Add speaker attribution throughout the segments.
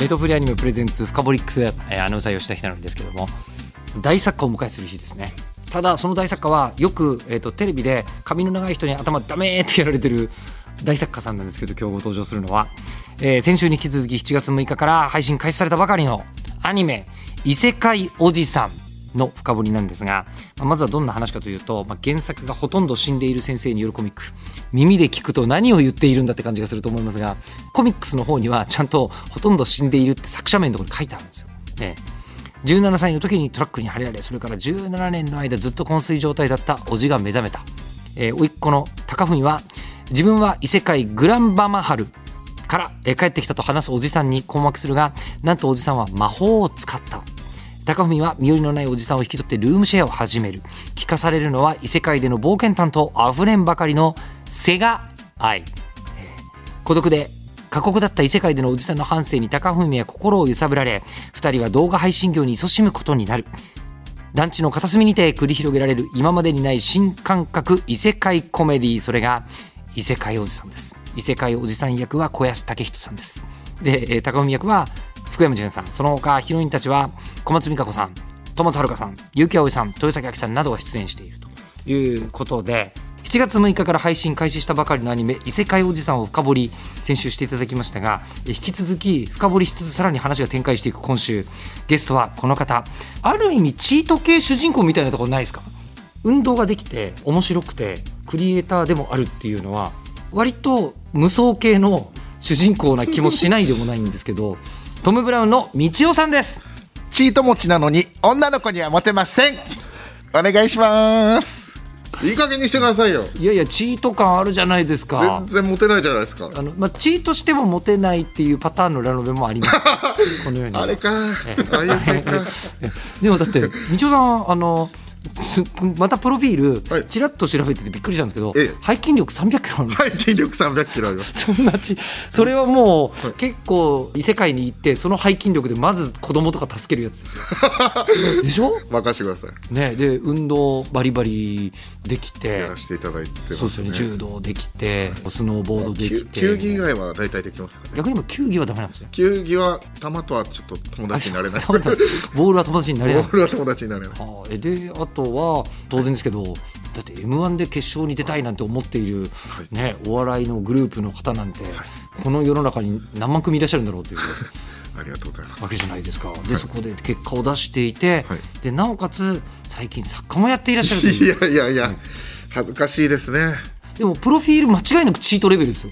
Speaker 1: ネトフリアニメプレゼンツフカボリックス、えー、アナウンサー吉田ひなのですけども大作家をお迎えする日ですねただその大作家はよく、えーと、とテレビで髪の長い人に頭ダメーってやられてる大作家さんなんですけど今日ご登場するのは、えー、先週に引き続き7月6日から配信開始されたばかりのアニメ「異世界おじさん」の深掘りなんですが、まあ、まずはどんな話かというと、まあ、原作がほとんど死んでいる先生によるコミック耳で聞くと何を言っているんだって感じがすると思いますがコミックスの方にはちゃんとほとんど死んでいるって作者名のところに書いてあるんですよ。ね17歳の時にトラックにはねられそれから17年の間ずっと昏睡状態だったおじが目覚めた、えー、おいっ子の高文は自分は異世界グランバマハルから、えー、帰ってきたと話すおじさんに困惑するがなんとおじさんは魔法を使った高文は身寄りのないおじさんを引き取ってルームシェアを始める聞かされるのは異世界での冒険探とあふれんばかりのセガ愛孤独で過酷だった異世界でのおじさんの反省に高文は心を揺さぶられ2人は動画配信業に勤しむことになる団地の片隅にて繰り広げられる今までにない新感覚異世界コメディそれが異世界おじさんです異世界おじさん役は小安武人さんですで高文役は福山潤さんその他ヒロインたちは小松美香子さん友津遥さん結城葵さん豊崎亜紀さんなどが出演しているということで7月6日から配信開始したばかりのアニメ「異世界おじさん」を深掘り先週していただきましたが引き続き深掘りしつつさらに話が展開していく今週ゲストはこの方ある意味チート系主人公みたいなところないですか運動ができて面白くてクリエイターでもあるっていうのは割と無双系の主人公な気もしないでもないんですけどトム・ブラウンの道夫さんです
Speaker 2: チート持ちなのに女の子にはモテませんお願いします
Speaker 3: いい加減にしてくださいよ
Speaker 1: いやいやチート感あるじゃないですか
Speaker 3: 全然モテないじゃないですか
Speaker 1: あの、まあ、チートしてもモテないっていうパターンのラノベもあります このように
Speaker 3: あれかああいう 系か
Speaker 1: でもだって道夫さんあのまたプロフィールちらっと調べててびっくりしたんですけど、はい、背筋力300キロある
Speaker 3: 背筋力3 0キロあります
Speaker 1: そんなちそれはもう、はい、結構異世界に行ってその背筋力でまず子供とか助けるやつですよ でしょ
Speaker 3: 任してください
Speaker 1: ねで運動バリバリできて
Speaker 3: やらせていただいて、ね、
Speaker 1: そうですね柔道できて、はい、スノーボードできて
Speaker 3: 球技以外は大体できますかね
Speaker 1: 逆にも球技はダメなんですよ
Speaker 3: 球技は球とはちょっと友達になれない
Speaker 1: ボールは友達になれない
Speaker 3: ボールは友達になれない
Speaker 1: あであとは当然ですけどだって m 1で決勝に出たいなんて思っている、はい、ね、お笑いのグループの方なんて、はい、この世の中に何万組いらっしゃるんだろうという。
Speaker 3: ありがとうございます
Speaker 1: わけじゃないですかで、はい、そこで結果を出していて、でなおかつ最近作家もやっていらっしゃる
Speaker 3: いやいやいや、恥ずかしいですね
Speaker 1: でもプロフィール間違いなくチートレベルですよ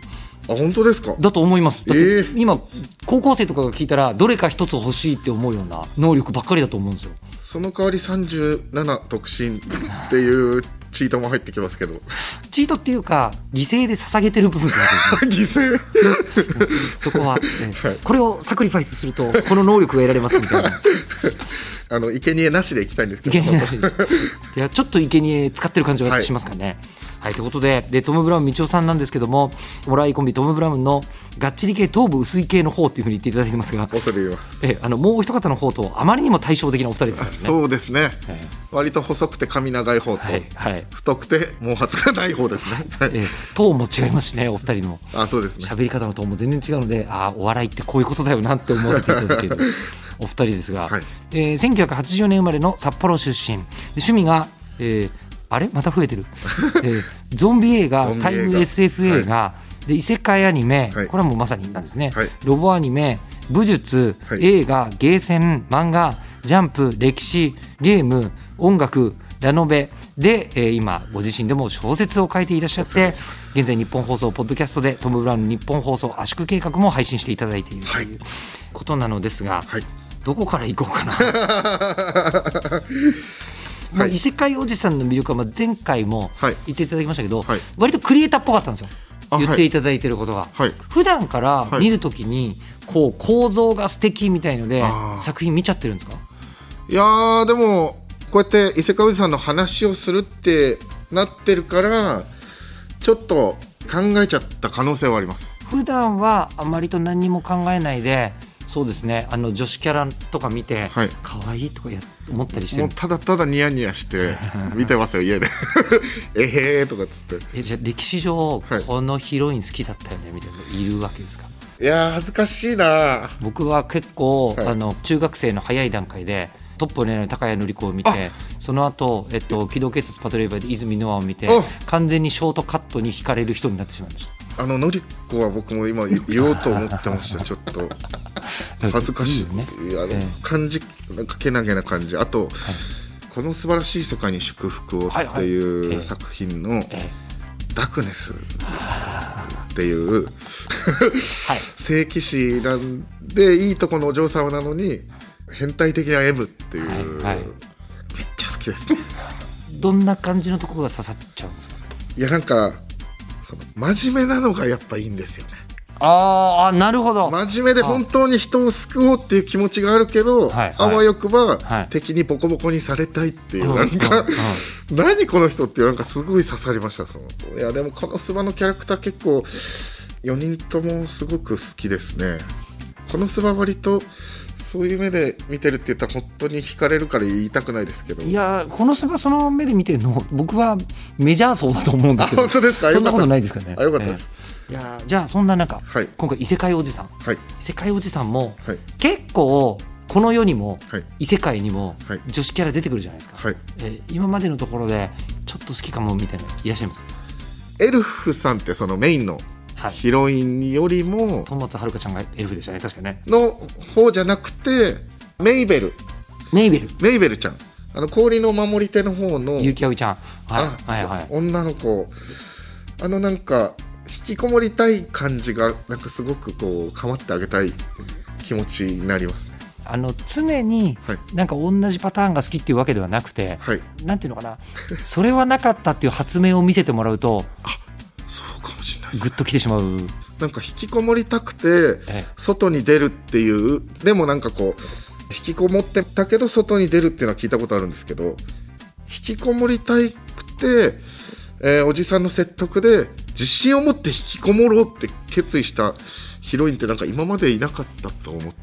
Speaker 3: あ本当ですか
Speaker 1: だと思いますだって今、高校生とかが聞いたらどれか一つ欲しいって思うような能力ばっかりだと思うんですよ
Speaker 3: その代わり37独身っていうチートも入ってきますけど
Speaker 1: チートっていうか犠牲で捧げてる部分
Speaker 3: 犠牲
Speaker 1: そこ は、ねはい、これをサクリファイスするとこの能力が得られますみ たいな
Speaker 3: あの生贄なしでいきたいんですけ
Speaker 1: ど生贄なしでいやちょっと生贄使ってる感じはしますかね、はいはい、ということででトム・ブラウン道夫さんなんですけどもお笑いコンビトム・ブラウンのがっちり系頭部薄い系の方っていうふうに言っていただいてますが
Speaker 3: 恐れ入ります
Speaker 1: えあのもう一方の方とあまりにも対照的なお二人ですからね
Speaker 3: そうですね、はい、割と細くて髪長い方と、はい、はい、太くて毛髪がない方です ね、
Speaker 1: え頭も違いますしねお二人の
Speaker 3: あそうですね
Speaker 1: 喋り方の頭も全然違うのであお笑いってこういうことだよなって思わせていただけ るお二人ですが、はいえー、1980年生まれの札幌出身趣味が、えー、あれまた増 えてる、えー、ゾンビ映画、タイム SF 映画、はい、で異世界アニメ、はい、これはもうまさになんですね、はい、ロボアニメ、武術、映画、ゲーセン、漫画、ジャンプ、歴史、ゲーム、音楽、ラノベで、えー、今、ご自身でも小説を書いていらっしゃって、現在、日本放送、ポッドキャストでトム・ブラウン日本放送圧縮計画も配信していただいているということなのですが、どこから行こう かな。まあ、異世界おじさんの魅力はまあ前回も言っていただきましたけど、はいはい、割とクリエイターっぽかったんですよ。
Speaker 3: あ
Speaker 1: 言っていただいてることが、
Speaker 3: はい
Speaker 1: 普段から見るときにこう構造が素敵みたいので
Speaker 3: あー
Speaker 1: 作品見ちゃってるんですか
Speaker 3: いやーでもこうやって伊勢川口さんの話をするってなってるからちょっと考えちゃった可能性はあります
Speaker 1: 普段はあまりと何にも考えないでそうですねあの女子キャラとか見て
Speaker 3: はい
Speaker 1: 可愛、い、とかや思ったりして
Speaker 3: も
Speaker 1: る
Speaker 3: うただただニヤニ ヤして見てますよ家で えへーとかっつっ
Speaker 1: えじゃあ歴史上
Speaker 3: はい
Speaker 1: このヒロイン好きだったよねみたいなのがいるわけですか、
Speaker 3: ていやー恥ずかしいな
Speaker 1: 僕は結構、
Speaker 3: はい
Speaker 1: あの中学生の早い段階でトップを狙い高谷紀子を見てその後、えっと機動警察パトレーバーで泉ノアを見て
Speaker 3: お
Speaker 1: 完全にショートカットに惹かれる人になってしまいまし
Speaker 3: あののりっこは僕も今言言おうと思って ましたちょっと
Speaker 1: た
Speaker 3: 恥ずかしい
Speaker 1: よね
Speaker 3: いやあの
Speaker 1: ええ
Speaker 3: 感じなんかけなげな感じあと、この素晴らしい世界に祝福を」って
Speaker 1: はいはい
Speaker 3: い
Speaker 1: ええ
Speaker 3: う作品の
Speaker 1: え
Speaker 3: 「ダクネス」っていう
Speaker 1: はい
Speaker 3: 聖騎士なんでいいとこのお嬢様なのに変態的な M っていう、
Speaker 1: はいはい
Speaker 3: めっちゃ好きですね
Speaker 1: どんな感じのところが刺さっちゃうんですか
Speaker 3: いやなんかその真面目なのがやっぱいいんですよね
Speaker 1: あーあなるほど、
Speaker 3: 真面目で本当に人を救おうっていう気持ちがあるけ
Speaker 1: は
Speaker 3: ど、
Speaker 1: いはい
Speaker 3: あわよくば
Speaker 1: はい
Speaker 3: 敵にボコボコにされたいっていう、
Speaker 1: うん
Speaker 3: なんか、
Speaker 1: うん
Speaker 3: 何この人っていうなんかすごい刺さりましたそのいやでもこのスバのキャラクター結構4人ともすごく好きですねこのスバ割とそういう目で見てるって言ったら本当に惹かれるから言いたくないですけど
Speaker 1: いやーこの芝その目で見てるの僕はメジャー層だと思うんですけど
Speaker 3: あ本当ですか
Speaker 1: そんなこと
Speaker 3: よかったです
Speaker 1: ないですかね
Speaker 3: あよかったです、
Speaker 1: ええいやーじゃあそんな中、
Speaker 3: はい
Speaker 1: 今回異世界おじさん
Speaker 3: はい
Speaker 1: 異世界おじさんも、
Speaker 3: はい
Speaker 1: 結構この世にも、
Speaker 3: はい
Speaker 1: 異世界にも、
Speaker 3: はい
Speaker 1: 女子キャラ出てくるじゃないですか、
Speaker 3: はい
Speaker 1: えー今までのところでちょっと好きかもみたいないらっしゃいます
Speaker 3: エルフさんってそのメインの
Speaker 1: はい
Speaker 3: ヒロインよりも、
Speaker 1: トンマツはるかちゃんがエルフでしたね確かね
Speaker 3: の方じゃなくてメイベル
Speaker 1: メイベル
Speaker 3: メイベルちゃんあの氷の守り手の方の
Speaker 1: 結城葵ちゃん、はい
Speaker 3: あ、
Speaker 1: はいはい
Speaker 3: 女の子あのなんか引きこもりたい感じがなんかすごくこう構ってあげたい気持ちになりますね
Speaker 1: あの常に
Speaker 3: はい
Speaker 1: なんか同じパターンが好きっていうわけではなくて、
Speaker 3: はい
Speaker 1: なんていうのかなそれはなかったっていう発明を見せてもらうと
Speaker 3: そうかもしれないです
Speaker 1: グッときてしまう
Speaker 3: なんか引きこもりたくて
Speaker 1: ええ
Speaker 3: 外に出るっていうでもなんかこう引きこもってたけど外に出るっていうのは聞いたことあるんですけど引きこもりたくて、えーおじさんの説得で自信を持って引きこもろうって決意したヒロインってなんか今までいなかったと思って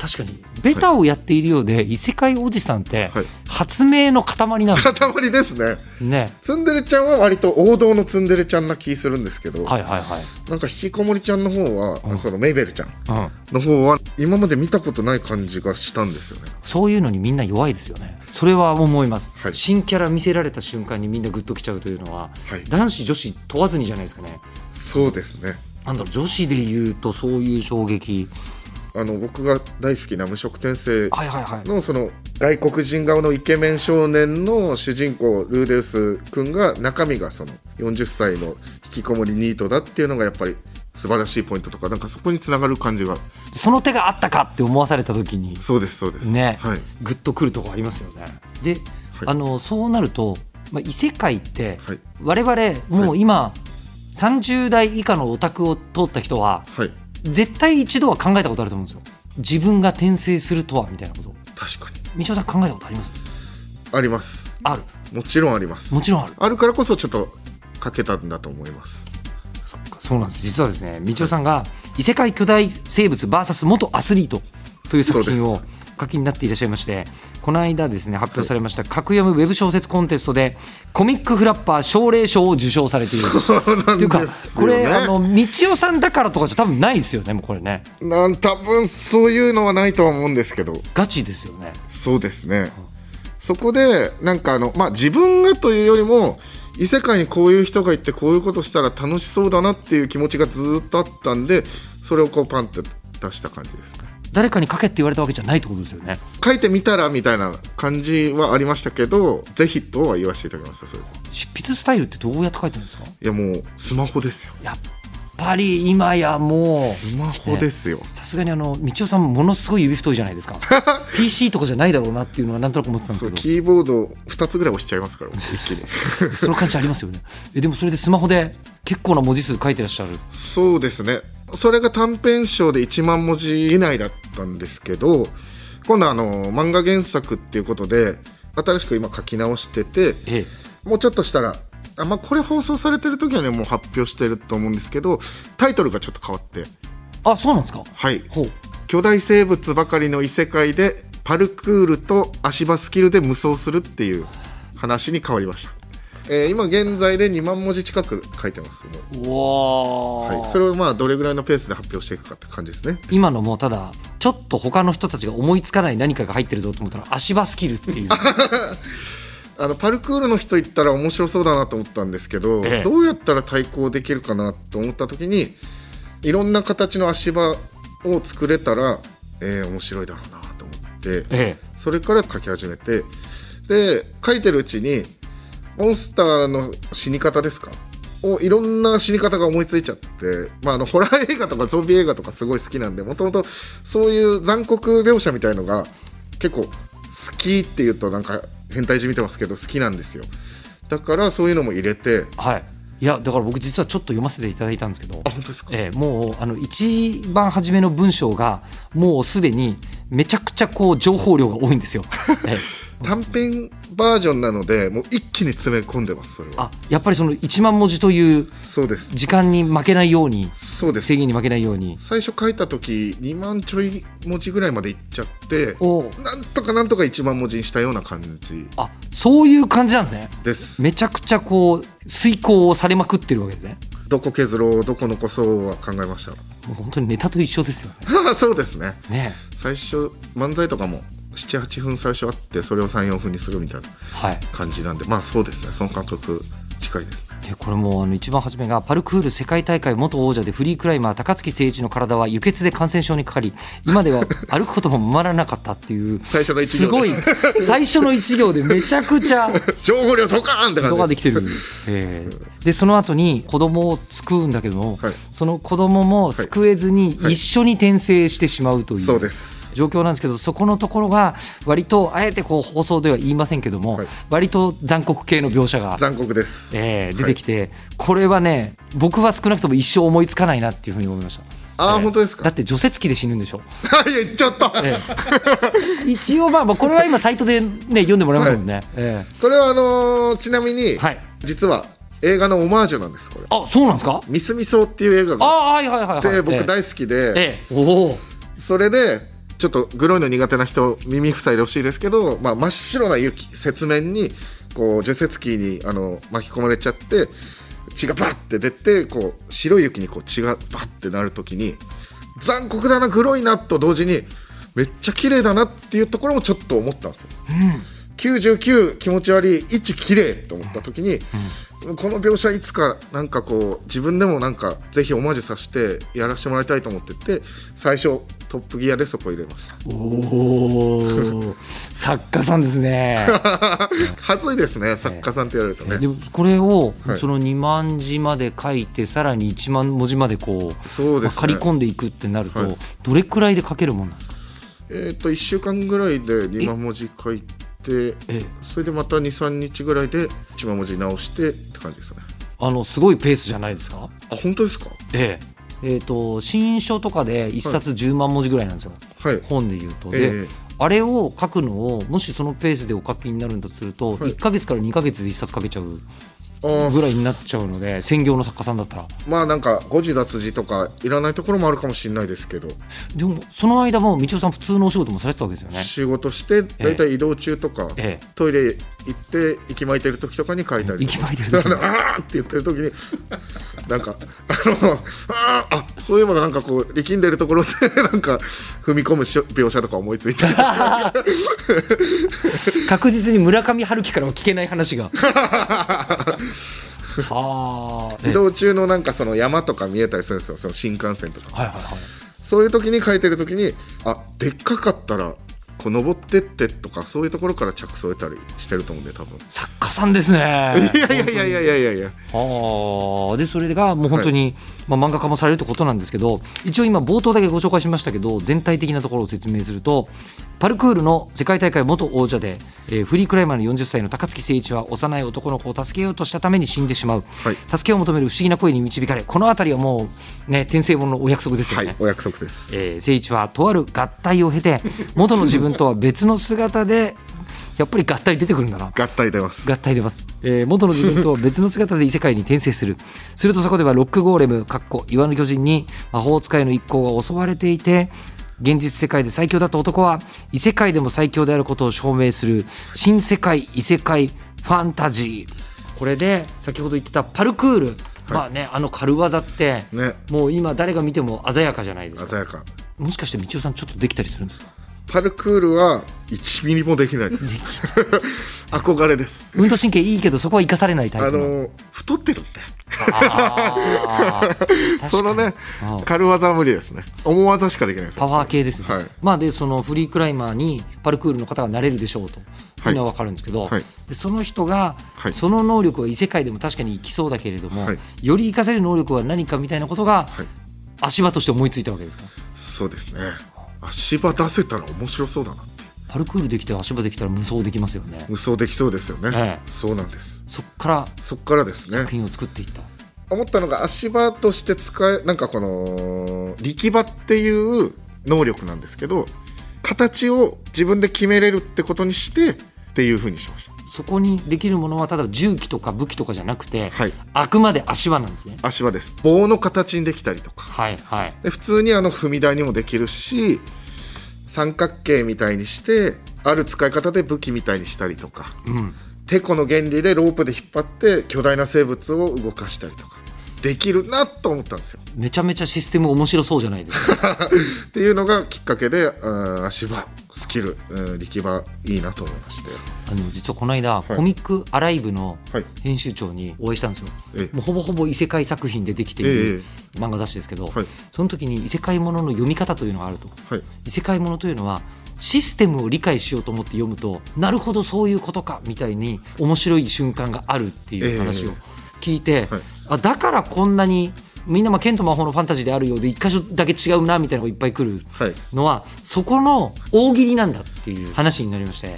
Speaker 1: 確かにベタをやっているようで、異世界おじさんって
Speaker 3: はい
Speaker 1: 発明の塊なんですよ
Speaker 3: 塊ですね
Speaker 1: ね
Speaker 3: ツンデレちゃんは割と王道のツンデレちゃんな気するんですけど、
Speaker 1: はいはいは
Speaker 3: なんか引きこもりちゃんの方は、そのメイベルちゃん
Speaker 1: い、うん、
Speaker 3: の方は今まで見たことない感じがしたんですよね
Speaker 1: そういうのにみんな弱いですよねそれは思います、
Speaker 3: はい
Speaker 1: 新キャラ見せられた瞬間にみんなグッときちゃうというのは、
Speaker 3: はい
Speaker 1: 男子女子問わずにじゃないですかね
Speaker 3: そうですね
Speaker 1: なんだろう女子で言うとそういう衝撃
Speaker 3: あの僕が大好きな無職転生
Speaker 1: はいはいはい
Speaker 3: のその外国人顔のイケメン少年の主人公ルーデウス君が中身がその40歳の引きこもりニートだっていうのがやっぱり素晴らしいポイントとかなんかそこにつながる感じが
Speaker 1: その手があったかって思わされた時に
Speaker 3: そうですそうです
Speaker 1: ね、
Speaker 3: はい
Speaker 1: グッとくるとこありますよね。で、
Speaker 3: はい
Speaker 1: あのそうなると、まあ、異世界って、
Speaker 3: はい
Speaker 1: 我々もう今、30代以下のオタクを通った人は
Speaker 3: はい
Speaker 1: 絶対一度は考えたことあると思うんですよ。自分が転生するとはみたいなこと。
Speaker 3: 確かに
Speaker 1: 道夫さん考えたことあります
Speaker 3: あります
Speaker 1: ある
Speaker 3: もちろんあります
Speaker 1: もちろんある
Speaker 3: あるからこそちょっとかけたんだと思います
Speaker 1: そっかそうなんです実はですね道夫さんが異世界巨大生物 VS 元アスリートという作品をお書きになっていらっしゃいましてこの間ですね発表されました格読むウェブ小説コンテストでコミックフラッパー奨励賞を受賞されているというか
Speaker 3: す
Speaker 1: こ
Speaker 3: よね
Speaker 1: れあの道夫さんだからとかじゃ多分ないですよねもうこれね
Speaker 3: なん多分そういうのはないとは思うんですけど
Speaker 1: ガチですよね
Speaker 3: そうですね、そこでなんかあの、まあ、自分がというよりも異世界にこういう人がいてこういうことしたら楽しそうだなっていう気持ちがずーっとあったんでそれをこうパンって出した感じですね
Speaker 1: 誰かに書けって言われたわけじゃないってことですよね
Speaker 3: 書いてみたらみたいな感じはありましたけどぜひとは言わせていただきましたそれは
Speaker 1: 執筆スタイルってどうやって書いてるんですか
Speaker 3: いやもうスマホですよ
Speaker 1: やっぱり今やもう
Speaker 3: スマホですよ、
Speaker 1: さすがにあの道夫さんものすごい指太いじゃない ですか PC とかじゃないだろうなっていうのはなんとなく思ってたんで
Speaker 3: そう
Speaker 1: すけ
Speaker 3: キーボード2つぐらい押しちゃいますから一気に
Speaker 1: どその感じありますよねえでもそれでスマホで結構な文字数書いてらっしゃる
Speaker 3: そうですねそれが短編賞で1万文字以内だったんですけど今度あの漫画原作っていうことで新しく今書き直してて
Speaker 1: ええ
Speaker 3: もうちょっとしたらあ、まあ、これ放送されてる時はねもう発表してると思うんですけどタイトルがちょっと変わって
Speaker 1: あそうなんですか
Speaker 3: はい
Speaker 1: ほう
Speaker 3: 巨大生物ばかりの異世界でパルクールと足場スキルで無双するっていう話に変わりました、えー今現在で2万文字近く書いてますも
Speaker 1: う
Speaker 3: う
Speaker 1: わー、
Speaker 3: はい、それをまあどれぐらいのペースで発表していくかって感じですね。
Speaker 1: 今のもうただちょっと他の人たちが思いつかない何かが入ってるぞと思ったら足場スキルって いう
Speaker 3: あのパルクールの人行ったら面白そうだなと思ったんですけど、
Speaker 1: ええ
Speaker 3: どうやったら対抗できるかなと思った時にいろんな形の足場を作れたら、えー面白いだろうなと思って、
Speaker 1: ええ
Speaker 3: それから書き始めてで書いてるうちにモンスターの死に方ですかをいろんな死に方が思いついちゃって、まあ、あのホラー映画とかゾンビ映画とかすごい好きなんでもともとそういう残酷描写みたいのが結構好きっていうとなんか変態児見てますけど好きなんですよだからそういうのも入れて
Speaker 1: はいいやだから僕実はちょっと読ませていただいたんですけど
Speaker 3: あ本当ですか
Speaker 1: ええ、もうあの一番初めの文章がもうすでにめちゃくちゃこう情報量が多いん ですよ。ええ
Speaker 3: 短編バージョンなのでもう一気に詰め込んでますそれ
Speaker 1: あ
Speaker 3: は
Speaker 1: やっぱりその1万文字という
Speaker 3: そうです
Speaker 1: 時間に負けないように
Speaker 3: そうです
Speaker 1: 制限に負けないように
Speaker 3: 最初書いた時2万ちょい文字ぐらいまでいっちゃって
Speaker 1: おう
Speaker 3: なんとかなんとか1万文字にしたような感じ
Speaker 1: あそういう感じなんですね。
Speaker 3: です
Speaker 1: めちゃくちゃこう遂行をされまくってるわけですね。
Speaker 3: どこ削ろうどこ残そうは考えまし
Speaker 1: もう本当にネタと一緒ですよね。
Speaker 3: た そうですね
Speaker 1: ね
Speaker 3: 最初漫才とかも78分最初あってそれを34分にするみたいな
Speaker 1: えはい
Speaker 3: 感じなんでまあそうですねその感覚近いです ね
Speaker 1: でこれもうあの一番初めがパルクール世界大会元王者でフリークライマー高槻誠一の体は輸血で感染症にかかり今では歩くこともままならなかったっていう
Speaker 3: 最初の一行
Speaker 1: すごい
Speaker 3: で
Speaker 1: 最初の一行でめちゃくちゃ
Speaker 3: 情報量ドカーンって
Speaker 1: こと
Speaker 3: 感
Speaker 1: がで
Speaker 3: じで
Speaker 1: きてる、えーでその後に子供を救うんだけども、
Speaker 3: はい
Speaker 1: その子供も救えずに
Speaker 3: はい
Speaker 1: 一緒に転生してしまうという、
Speaker 3: すそうです
Speaker 1: 状況なんですけどそこのところが割とあえてこう放送では言いませんけども、
Speaker 3: はい
Speaker 1: 割と残酷系の描写が
Speaker 3: 残酷です
Speaker 1: えー出てきて、これはね僕は少なくとも一生思いつかないなっていうふうに思いました
Speaker 3: ああ、本当です
Speaker 1: だ
Speaker 3: か
Speaker 1: って除雪機で死ぬんでしょ
Speaker 3: いや言っちゃった、
Speaker 1: 一応まあまあこれは今サイトでね読んでもらいますもんね、え
Speaker 3: これはあのーちなみに、
Speaker 1: ーはい
Speaker 3: 実は映画のオマージュなんですこれ
Speaker 1: あそうなんですか
Speaker 3: ミスミソっていう映画
Speaker 1: あ
Speaker 3: があっ
Speaker 1: あはいはいはいはい
Speaker 3: て
Speaker 1: え
Speaker 3: 僕
Speaker 1: ー
Speaker 3: 大好きで、
Speaker 1: えーおお
Speaker 3: それでちょっとグロいの苦手な人耳塞いでほしいですけど、まあ、真っ白な雪雪面にこう除雪機にあの巻き込まれちゃって血がバッて出てこう白い雪にこう血がバッてなるときに残酷だなグロいなと同時にめっちゃ綺麗だなっていうところもちょっと思ったんですよ。99気持ち悪い1綺麗と思った時に、この描写いつかなんかこう自分でもなんかぜひオマージュさせてやらせてもらいたいと思ってて最初トップギアでそこ入れました
Speaker 1: おー作家さんですね
Speaker 3: はずいですね作家さんって言われると
Speaker 1: で
Speaker 3: ね
Speaker 1: もこれを
Speaker 3: はい
Speaker 1: その2万字まで書いてさらに1万文字までこう
Speaker 3: そうですね
Speaker 1: まあ刈り込んでいくってなると、
Speaker 3: はい
Speaker 1: どれくらいで書けるもんなんですか
Speaker 3: えっと1週間ぐらいで2万文字書いて
Speaker 1: え
Speaker 3: それでまた23日ぐらいで1万文字直してって感じですね
Speaker 1: あのすごいペースじゃないですか
Speaker 3: あ本当ですか
Speaker 1: えええー、と新書とかで1冊10万文字ぐらいなんですよ、
Speaker 3: はい
Speaker 1: 本でいうと
Speaker 3: え
Speaker 1: で、
Speaker 3: え
Speaker 1: あれを書くのをもしそのペースでお書きになるんだとすると、
Speaker 3: はい
Speaker 1: 1か月から2か月で1冊書けちゃう
Speaker 3: あー
Speaker 1: ぐらいになっちゃうので専業の作家さんだったら
Speaker 3: まあなんか誤字脱字とかいらないところもあるかもしれないですけど
Speaker 1: でもその間も道夫さん普通のお仕事もされてたわけですよね
Speaker 3: 仕事して大体移動中とか、
Speaker 1: ええ
Speaker 3: トイレ行って息巻いてる時とかに書いたり
Speaker 1: 息巻いてる
Speaker 3: 時
Speaker 1: 時
Speaker 3: あのあーって言ってる時になんかあのあーあそういえばなんかこう力んでるところで なんか踏み込むし描写とか思いついて
Speaker 1: 確実に村上春樹からは聞けない話 がはあ、え
Speaker 3: 移
Speaker 1: え
Speaker 3: 動中のなんかその山とか見えたりするんですよその新幹線とか
Speaker 1: はいはいはい
Speaker 3: そういう時に書いてる時にあでっかかったらここう登ってってとかそういうところから着想を得たりしてると思うんで多分、
Speaker 1: 作家さんですね
Speaker 3: いやいやいやいやいやいやいや
Speaker 1: はあでそれがもう本当に、まあ、漫画化もされるってことなんですけど一応今冒頭だけご紹介しましたけど全体的なところを説明するとパルクールの世界大会元王者で、えーフリークライマーの40歳の高槻誠一は幼い男の子を助けようとしたために死んでしまう、
Speaker 3: はい
Speaker 1: 助けを求める不思議な声に導かれこの辺りはもうね天性本のお約束ですよ
Speaker 3: は
Speaker 1: ね。
Speaker 3: いお約束です
Speaker 1: えー、誠一はとある合体を経て元の自分とは別の姿でやっぱり合体出てくるんだな
Speaker 3: 合体出ます
Speaker 1: 合体出 ます、えー元の自分とは別の姿で異世界に転生するするとそこではロックゴーレムかっこ岩の巨人に魔法使いの一行が襲われていて現実世界で最強だった男は異世界でも最強であることを証明する新世界異世界ファンタジーこれで先ほど言ってたパルクール、まあねあの軽業って、
Speaker 3: ね
Speaker 1: もう今誰が見ても鮮やかじゃないです
Speaker 3: 鮮
Speaker 1: か
Speaker 3: やか
Speaker 1: もしかして道夫さんちょっとできたりするんですか
Speaker 3: パルクールは1ミリもできないです憧れです
Speaker 1: 運動神経いいけどそこは生かされないタ
Speaker 3: あ
Speaker 1: イプの
Speaker 3: の太ってるって
Speaker 1: あー確かに
Speaker 3: そのね
Speaker 1: うん
Speaker 3: 軽技は無理ですね重技しかできないです
Speaker 1: パワー系ですね、
Speaker 3: はい
Speaker 1: まあでそのフリークライマーにパルクールの方がなれるでしょうと
Speaker 3: は
Speaker 1: み
Speaker 3: い
Speaker 1: んなわかるんですけど、
Speaker 3: はい
Speaker 1: でその人が
Speaker 3: はい
Speaker 1: その能力は異世界でも確かに生きそうだけれども、
Speaker 3: はい
Speaker 1: より生かせる能力は何かみたいなことが
Speaker 3: はい
Speaker 1: 足場として思いついたわけですか
Speaker 3: そうですね足場出せたら面白そうだなって
Speaker 1: パルクールできて足場できたら無双できますよね
Speaker 3: 無双できそうですよね、
Speaker 1: ええ
Speaker 3: そうなんです
Speaker 1: そっから
Speaker 3: そっからですね
Speaker 1: 作品を作っていった、
Speaker 3: 思ったのが足場として使えなんかこの力場っていう能力なんですけど形を自分で決めれるってことにしてっていうふうにしました
Speaker 1: そこにできるものはただ銃器とか武器とかじゃなくて、
Speaker 3: はい
Speaker 1: あくまで足場なんですね
Speaker 3: 足場です棒の形にできたりとか
Speaker 1: はいはい
Speaker 3: で普通にあの踏み台にもできるし三角形みたいにしてある使い方で武器みたいにしたりとか
Speaker 1: うん
Speaker 3: てこの原理でロープで引っ張って巨大な生物を動かしたりとかできるなと思ったんですよ
Speaker 1: めちゃめちゃシステム面白そうじゃないですか
Speaker 3: っていうのがきっかけでうん足場スキルうん力場いいなと思いまして
Speaker 1: あの実はこの間、コミックアライブの
Speaker 3: はい
Speaker 1: 編集長にお会いしたんですよ、
Speaker 3: ええ
Speaker 1: もうほぼほぼ異世界作品でできている
Speaker 3: え
Speaker 1: 漫画雑誌ですけど、
Speaker 3: はい
Speaker 1: その時に異世界ものの読み方というのがあると
Speaker 3: はい
Speaker 1: 異世界ものというのはシステムを理解しようと思って読むとなるほどそういうことかみたいに面白い瞬間があるっていう話を
Speaker 3: え
Speaker 1: 聞いて、
Speaker 3: はい
Speaker 1: あだからこんなにみんなまあ剣と魔法のファンタジーであるようで一箇所だけ違うなみたいなのがいっぱい来る
Speaker 3: はい
Speaker 1: のはそこの大喜利なんだっていう話になりまして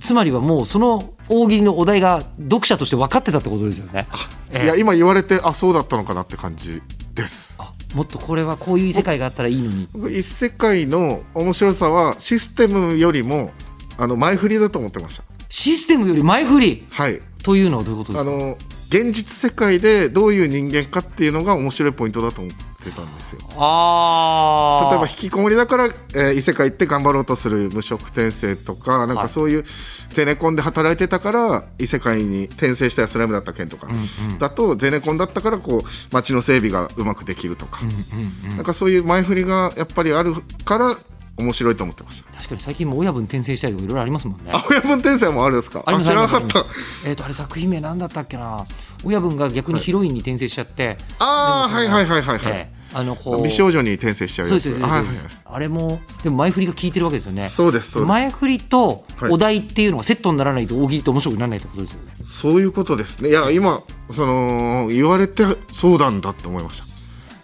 Speaker 1: つまりはもうその大喜利のお題が読者として分かってたってことですよね。ええ
Speaker 3: いや今言われてあそうだったのかなって感じです
Speaker 1: あもっとこれはこういう異世界があったらいいのに
Speaker 3: 僕一世界の面白さはシステムよりもあの前振りだと思ってました
Speaker 1: システムより前振り
Speaker 3: はい
Speaker 1: というのはどういうことです
Speaker 3: あ
Speaker 1: か
Speaker 3: の現実世界でどういう人間かっていうのが面白いポイントだと思ってたんですよ
Speaker 1: あー
Speaker 3: 例えば引きこもりだから、えー異世界行って頑張ろうとする無職転生とか
Speaker 1: は
Speaker 3: なん
Speaker 1: い
Speaker 3: かそういうゼネコンで働いてたから異世界に転生したやスラムだった件とか、だとゼネコンだったからこう街の整備がうまくできるとか、なんかそういう前振りがやっぱりあるから面白いと思ってました。
Speaker 1: 確かに最近も親分転生したりとかいろいろありますもんね。
Speaker 3: あ親分転生もあるんですか
Speaker 1: あります
Speaker 3: 知らなかっ
Speaker 1: あ
Speaker 3: た
Speaker 1: りますえっ、とあれ作品名なんだったっけな。親分が逆にヒロインに転生しちゃって、
Speaker 3: ああはいはいはいはいはい、
Speaker 1: ええあのこう
Speaker 3: 美少女に転生しちゃう
Speaker 1: そう
Speaker 3: や
Speaker 1: ですそう
Speaker 3: つ
Speaker 1: です
Speaker 3: はい
Speaker 1: そう
Speaker 3: はい
Speaker 1: で
Speaker 3: はい
Speaker 1: すあれもでも前振りが効いてるわけですよね。
Speaker 3: そうですそうです
Speaker 1: 前振りと
Speaker 3: はい
Speaker 1: お題っていうのがセットにならないと大喜利と面白くならないってことですよね。
Speaker 3: そういうことですね。いや、今、その、言われて、そうなんだって思いました。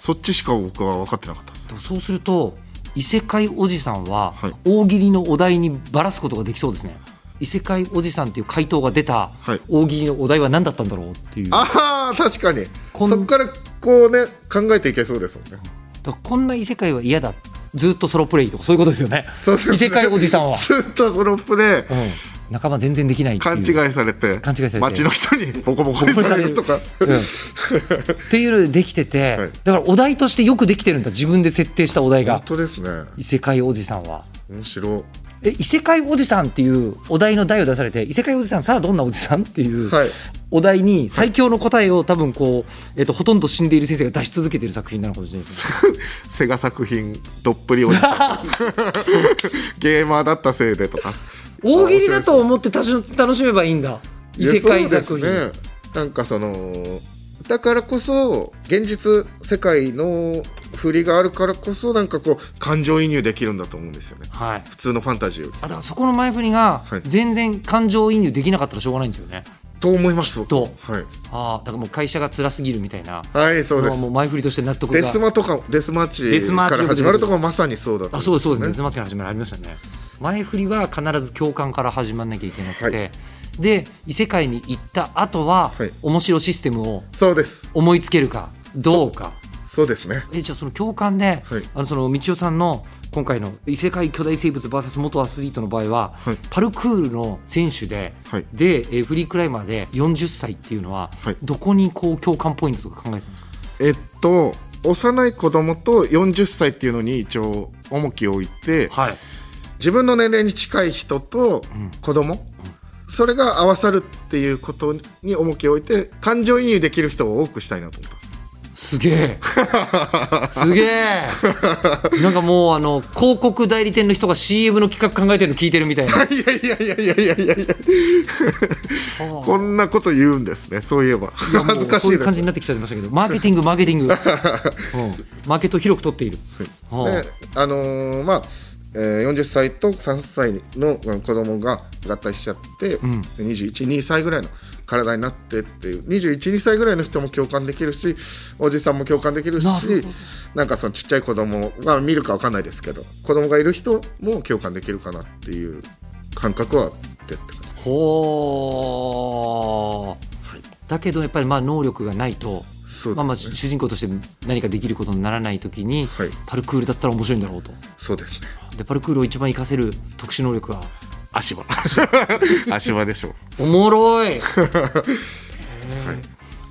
Speaker 3: そっちしか僕は分かってなかったです。
Speaker 1: でもそうすると異世界おじさんは
Speaker 3: はい
Speaker 1: 大喜利のお題にばらすことができそうですね。異世界おじさんっていう回答が出た
Speaker 3: はい
Speaker 1: 大喜利のお題は何だったんだろうっていう。
Speaker 3: ああ、確かに。
Speaker 1: こん
Speaker 3: そこから、こうね、考えていけそうですもんね。
Speaker 1: だからこんな異世界は嫌だずっとソロプレイとかそういうことですよね
Speaker 3: そうですね
Speaker 1: 異世界おじさ んは、
Speaker 3: ずっとそのプレイ、
Speaker 1: うん、仲間全然できないっていう
Speaker 3: 勘違いされて、
Speaker 1: 勘違いされて
Speaker 3: 街の人にボコボコにされるとか。
Speaker 1: うん、っていうのでできてて、
Speaker 3: はい
Speaker 1: だからお題としてよくできてるんだ自分で設定したお題
Speaker 3: 本
Speaker 1: が
Speaker 3: 当ですね。
Speaker 1: 異世界おじさんは
Speaker 3: 面白い。
Speaker 1: え異世界おじさんっていうお題の題を出されて異世界おじさんさあどんなおじさんっていう、
Speaker 3: はい
Speaker 1: お題に最強の答えを多分こう、えっとほとんど死んでいる先生が出し続けてる作品なのかもしれないですね
Speaker 3: セガ作品、どっぷりお じさんゲーマーだったせいでとか。
Speaker 1: 大喜利だと思って楽し楽しめばいいんだ異世界作品、
Speaker 3: いやそうですねなんかそのだからこそ現実世界の振りがあるからこそなんかこう感情移入できるんだと思うんですよね
Speaker 1: はい
Speaker 3: 普通のファンタジーより
Speaker 1: あだからそこの前振りが
Speaker 3: はい
Speaker 1: 全然感情移入できなかったらしょうがないんですよね、
Speaker 3: と思います僕
Speaker 1: と
Speaker 3: はい、
Speaker 1: ああだからもう会社が辛すぎるみたいな
Speaker 3: はい、そうで
Speaker 1: のはもう
Speaker 3: す
Speaker 1: 前振りとして納得が
Speaker 3: デスマとかデスマッ
Speaker 1: デス
Speaker 3: チ
Speaker 1: マッチ
Speaker 3: から始まるとかもまさにそうだった
Speaker 1: あそうですそうですね、ね、松から始まりありましたね前振りは必ず共感から始まんなきゃいけなくて、
Speaker 3: は
Speaker 1: で異世界に行った後は、
Speaker 3: はい
Speaker 1: 面白システムを
Speaker 3: そうです
Speaker 1: 思いつけるかどうか
Speaker 3: そうですね
Speaker 1: えじゃあその共感で、
Speaker 3: はい
Speaker 1: あのその道夫さんの今回の異世界巨大生物 VS 元アスリートの場合は、
Speaker 3: はい
Speaker 1: パルクールの選手で、
Speaker 3: はい
Speaker 1: でえーフリークライマーで40歳っていうのは、
Speaker 3: はい
Speaker 1: どこにこう共感ポイントとか考えてたんですか
Speaker 3: えっと幼い子供と40歳っていうのに一応重きを置いて、
Speaker 1: はい
Speaker 3: 自分の年齢に近い人と子供、それが合わさるっていうことに重きを置いて感情移入できる人を多くしたいなと思ったんです
Speaker 1: すげえすげえなんかもうあの広告代理店の人が CM の企画考えてるの聞いてるみたいな
Speaker 3: いやいやいやいやいやいやいやこんなこと言うんですねそういえば
Speaker 1: いやもう
Speaker 3: 恥ずかし
Speaker 1: そうい
Speaker 3: いうで
Speaker 1: 感
Speaker 3: す
Speaker 1: じになってきちゃいましたけどマーケティングマーケティン グ、うんマーケットを広く取っている、うん
Speaker 3: ねあのーまあえー40歳と3歳のまあ子供が合体しちゃって、
Speaker 1: ん
Speaker 3: 2122歳ぐらいの体になってっていう212歳ぐらいの人も共感できるしおじさんも共感できるし
Speaker 1: なるほど
Speaker 3: なんかそのちっちゃい子供が見るかわかんないですけど子供がいる人も共感できるかなっていう感覚はあってって感じ
Speaker 1: ほう、
Speaker 3: はい
Speaker 1: だけどやっぱりまあ能力がないと、
Speaker 3: そうですね
Speaker 1: まあまあ主人公として何かできることにならない時に、
Speaker 3: はい
Speaker 1: パルクールだったら面白いんだろうと
Speaker 3: そうですね
Speaker 1: でパルクールを一番活かせる特殊能力は
Speaker 3: 足場足場でしょう
Speaker 1: おもろ い、へー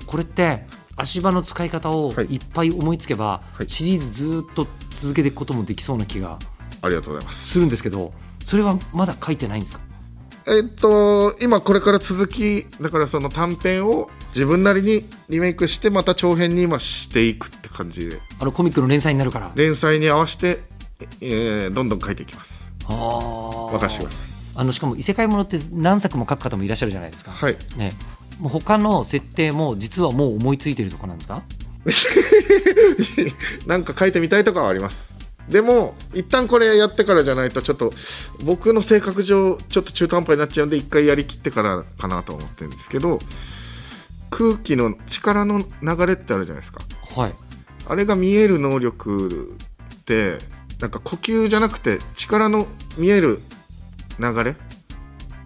Speaker 1: これって足場の使い方を
Speaker 3: はい
Speaker 1: いっぱい思いつけば、
Speaker 3: はい
Speaker 1: シリーズずーっと続けていくこともできそうな気が
Speaker 3: ありがとうございます
Speaker 1: するんですけどそれはまだ書いてないんですか
Speaker 3: えっと、今これから続きだからその短編を自分なりにリメイクしてまた長編に今していくって感じで
Speaker 1: あのコミックの連載になるから
Speaker 3: 連載に合わせて、えーどんどん書いていきます
Speaker 1: あ
Speaker 3: 任せてくださ
Speaker 1: あのしかも異世界ものって何作も書く方もいらっしゃるじゃないですか、
Speaker 3: はい
Speaker 1: ね、もう他の設定も実はもう思いついてるとこなんですか
Speaker 3: いなんか書いてみたいとかはありますでも一旦これやってからじゃないとちょっと僕の性格上ちょっと中途半端になっちゃうんで一回やりきってからかなとは思ってるんですけど空気の力の流れってあるじゃないですか
Speaker 1: はい
Speaker 3: あれが見える能力ってなんか呼吸じゃなくて力の見える流れ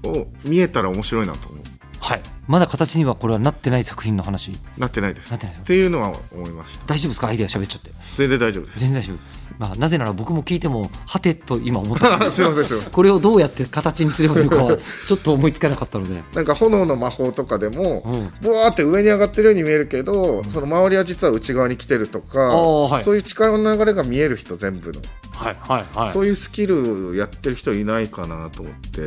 Speaker 3: を見えたら面白いなと思う
Speaker 1: はいまだ形にはこれはなってない作品の話
Speaker 3: なってないです
Speaker 1: なってないです
Speaker 3: っていうのは思いました
Speaker 1: 大丈夫ですかアイデア喋っちゃって
Speaker 3: 全然大丈夫です
Speaker 1: 全然大丈夫、まあ、なぜなら僕も聞いてもはてと今思ったんです
Speaker 3: すいませんすいません
Speaker 1: これをどうやって形にすればいいのか はちょっと思いつかなかったので
Speaker 3: なんか炎の魔法とかでも、
Speaker 1: うん
Speaker 3: ブワーって上に上がってるように見えるけどその周りは実は内側に来てるとか、
Speaker 1: あーはい
Speaker 3: そういう力の流れが見える人全部の、
Speaker 1: はいはい
Speaker 3: そ
Speaker 1: は
Speaker 3: ういうスキルやってる人いないかなと思って
Speaker 1: い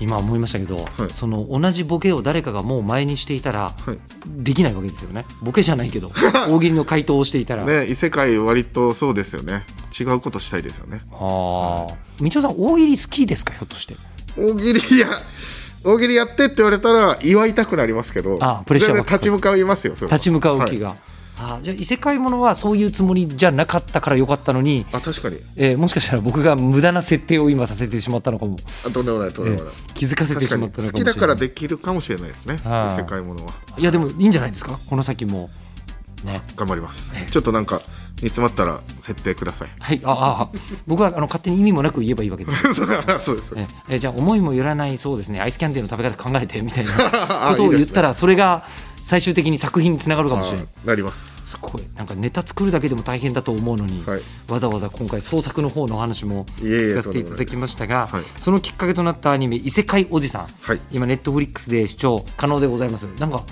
Speaker 1: 今思いましたけど、
Speaker 3: はい
Speaker 1: その同じボケを誰かがもう前にしていたら、
Speaker 3: い
Speaker 1: できないわけですよねボケじゃないけ ど大喜利の回答をしていたら、
Speaker 3: ね異世界割とそうですよね違うことしたいですよね
Speaker 1: ああ道夫さん大喜利好きですかひょっとして
Speaker 3: 大喜利や大喜利やってって言われたら祝いたくなりますけど
Speaker 1: あプレッシャーは
Speaker 3: 全然立ち向かいますよそれは
Speaker 1: 立ち向かう気が、あーじゃあ異世界ものはそういうつもりじゃなかったからよかったのに、
Speaker 3: はいあ確かに
Speaker 1: えーもしかしたら僕が無駄な設定を今させてしまったのかも、
Speaker 3: あとんでもないとんでもない、
Speaker 1: 気づかせて
Speaker 3: 確
Speaker 1: し
Speaker 3: か
Speaker 1: まっ
Speaker 3: に
Speaker 1: たのかもし
Speaker 3: 好
Speaker 1: れ
Speaker 3: き
Speaker 1: ない
Speaker 3: だからできるかもしれないですね
Speaker 1: はい
Speaker 3: 異世界ものはい
Speaker 1: やでもいいんじゃないですかこの先もね
Speaker 3: 頑張りますちょっとなんか煮詰まったら設定ください
Speaker 1: はいあああ僕はあの勝手に意味もなく言えばいいわけです
Speaker 3: それはそうです
Speaker 1: ね、えじゃあ思いもよらないそうですねアイスキャンディーの食べ方考えてみたいな
Speaker 3: あ
Speaker 1: ことを
Speaker 3: いいです
Speaker 1: 言
Speaker 3: ね
Speaker 1: ったらそれが最終的に作品につながるかもしれない
Speaker 3: あなります
Speaker 1: すごいなんかネタ作るだけでも大変だと思うのに、
Speaker 3: はい
Speaker 1: わざわざ今回創作の方のお話も
Speaker 3: いえいえ
Speaker 1: 聞かせていただきましたが
Speaker 3: とんでもない
Speaker 1: そのきっかけとなったアニメ「異世界おじさん」
Speaker 3: はい
Speaker 1: 今ネットフリックスで視聴可能でございますなんか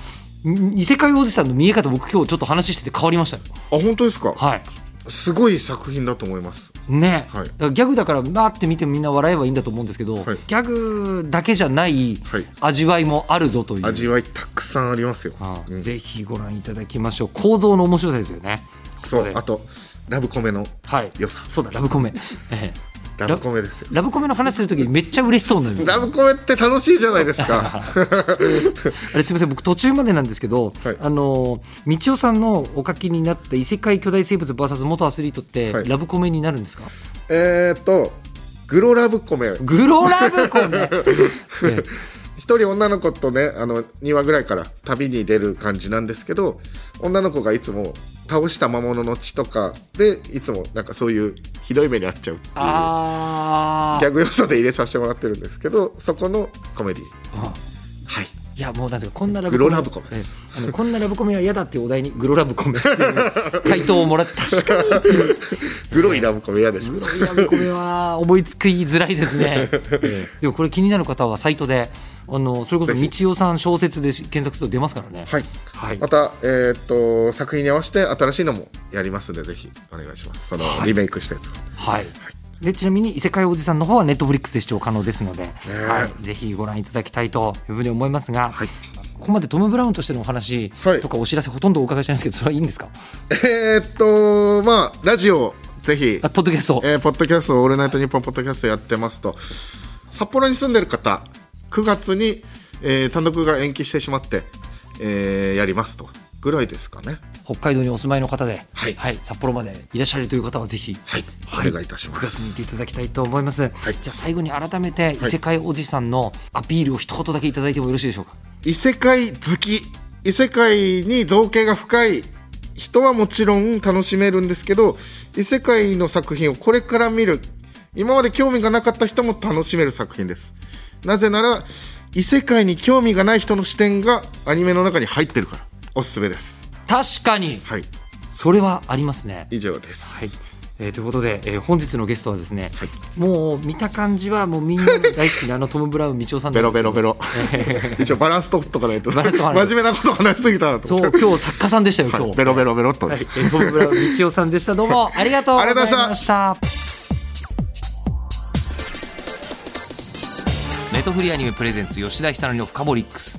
Speaker 1: ん異世界おじさんの見え方僕今日ちょっと話してて変わりましたよ
Speaker 3: あ本当ですか、
Speaker 1: はい
Speaker 3: すごい作品だと思います
Speaker 1: ね、
Speaker 3: はい
Speaker 1: だからギャグだからバーって見てみんな笑えばいいんだと思うんですけど、
Speaker 3: はい
Speaker 1: ギャグだけじゃない
Speaker 3: はい
Speaker 1: 味わいもあるぞという、
Speaker 3: 味わいたくさんありますよ、
Speaker 1: ああ
Speaker 3: うん
Speaker 1: ぜひご覧いただきましょう構造の面白さですよね
Speaker 3: そ
Speaker 1: ここ
Speaker 3: う
Speaker 1: で
Speaker 3: あとラブコメの
Speaker 1: はい
Speaker 3: 良さ
Speaker 1: そうだラブコメええ
Speaker 3: ラブコメですよ
Speaker 1: ラブコメの話するときにめっちゃ嬉しそうなんですよ
Speaker 3: ラブコメって楽しいじゃないです か
Speaker 1: あれすみません僕途中までなんですけど、
Speaker 3: はい
Speaker 1: あの道夫さんのお書きになった異世界巨大生物 VS 元アスリートって、
Speaker 3: はい
Speaker 1: ラブコメになるんですか
Speaker 3: えっとグロラブコメ
Speaker 1: グロラブコ メえ
Speaker 3: 一人女の子とねあの2話ぐらいから旅に出る感じなんですけど女の子がいつも倒した魔物の血とかでいつもなんかそういうひどい目に遭っちゃうっていう
Speaker 1: あ
Speaker 3: ギ
Speaker 1: ー
Speaker 3: ャグ要素で入れさせてもらってるんですけどそこのコメディ
Speaker 1: うん
Speaker 3: はい
Speaker 1: いやもうなんですかこんなラブ
Speaker 3: グロラブコメ
Speaker 1: ええあのこんなラブコメは嫌だっていうお題にグロラブコメって いう回答をもらって確かに
Speaker 3: グロいラブコメ嫌でしょ、
Speaker 1: グロラブコメは思いつきづらいです ね、ええでもこれ気になる方はサイトであのそれこそ
Speaker 3: ぜひ
Speaker 1: 道夫さん小説で検索すると出ますからね
Speaker 3: はい、
Speaker 1: はい
Speaker 3: また、えーっと作品に合わせて新しいのもやりますんでぜひお願いしますそのリメイクしたやつを
Speaker 1: はい。でちなみに異世界おじさんの方はネットフリックスで視聴可能ですので、はい、ぜひご覧いただきたいというふうに思いますが、ここまでトム・ブラウンとしてのお話
Speaker 3: はい
Speaker 1: とかお知らせほとんどお伺いしてないんですけどそれはいいんですか、
Speaker 3: えーっとまあラジオぜひ
Speaker 1: あポッドキャスト
Speaker 3: えーポッドキャスト「オールナイトニッポン」ポッドキャストやってますと札幌に住んでる方9月に、えー単独が延期してしまって、えーやりますとぐらいですかね
Speaker 1: 北海道にお住まいの方で、
Speaker 3: はい
Speaker 1: 札幌までいらっしゃるという方はぜひ
Speaker 3: はい、お願いいたしま
Speaker 1: 9月
Speaker 3: す
Speaker 1: に行っていただきたいと思います、
Speaker 3: い
Speaker 1: じゃあ最後に改めて異世界おじさんのアピールを一言だけいただいてもよろしいでしょうか、
Speaker 3: 異世界好き異世界に造形が深い人はもちろん楽しめるんですけど異世界の作品をこれから見る今まで興味がなかった人も楽しめる作品ですなぜなら異世界に興味がない人の視点がアニメの中に入ってるからおすすめです
Speaker 1: 確かに
Speaker 3: はい
Speaker 1: それはありますね
Speaker 3: 以上です
Speaker 1: はい、えーということで、えー本日のゲストはですね、
Speaker 3: はい
Speaker 1: もう見た感じはもうみんなの大好きなあのトム・ブラウン道夫さんな
Speaker 3: ベ
Speaker 1: んで
Speaker 3: ロ
Speaker 1: すけ
Speaker 3: ベ
Speaker 1: ど
Speaker 3: ロ ベロ一応バランス取っとかないと
Speaker 1: バランス取ら
Speaker 3: 真
Speaker 1: ないと
Speaker 3: 面目なこと話しすぎたなと
Speaker 1: そう今日作家さんでしたよ今日、
Speaker 3: ベロベロベロっと、
Speaker 1: はいえートム・ブラウン道夫さんでしたどうもありがとうございましたネトフリアニメプレゼンツ吉田久典のフカボリックス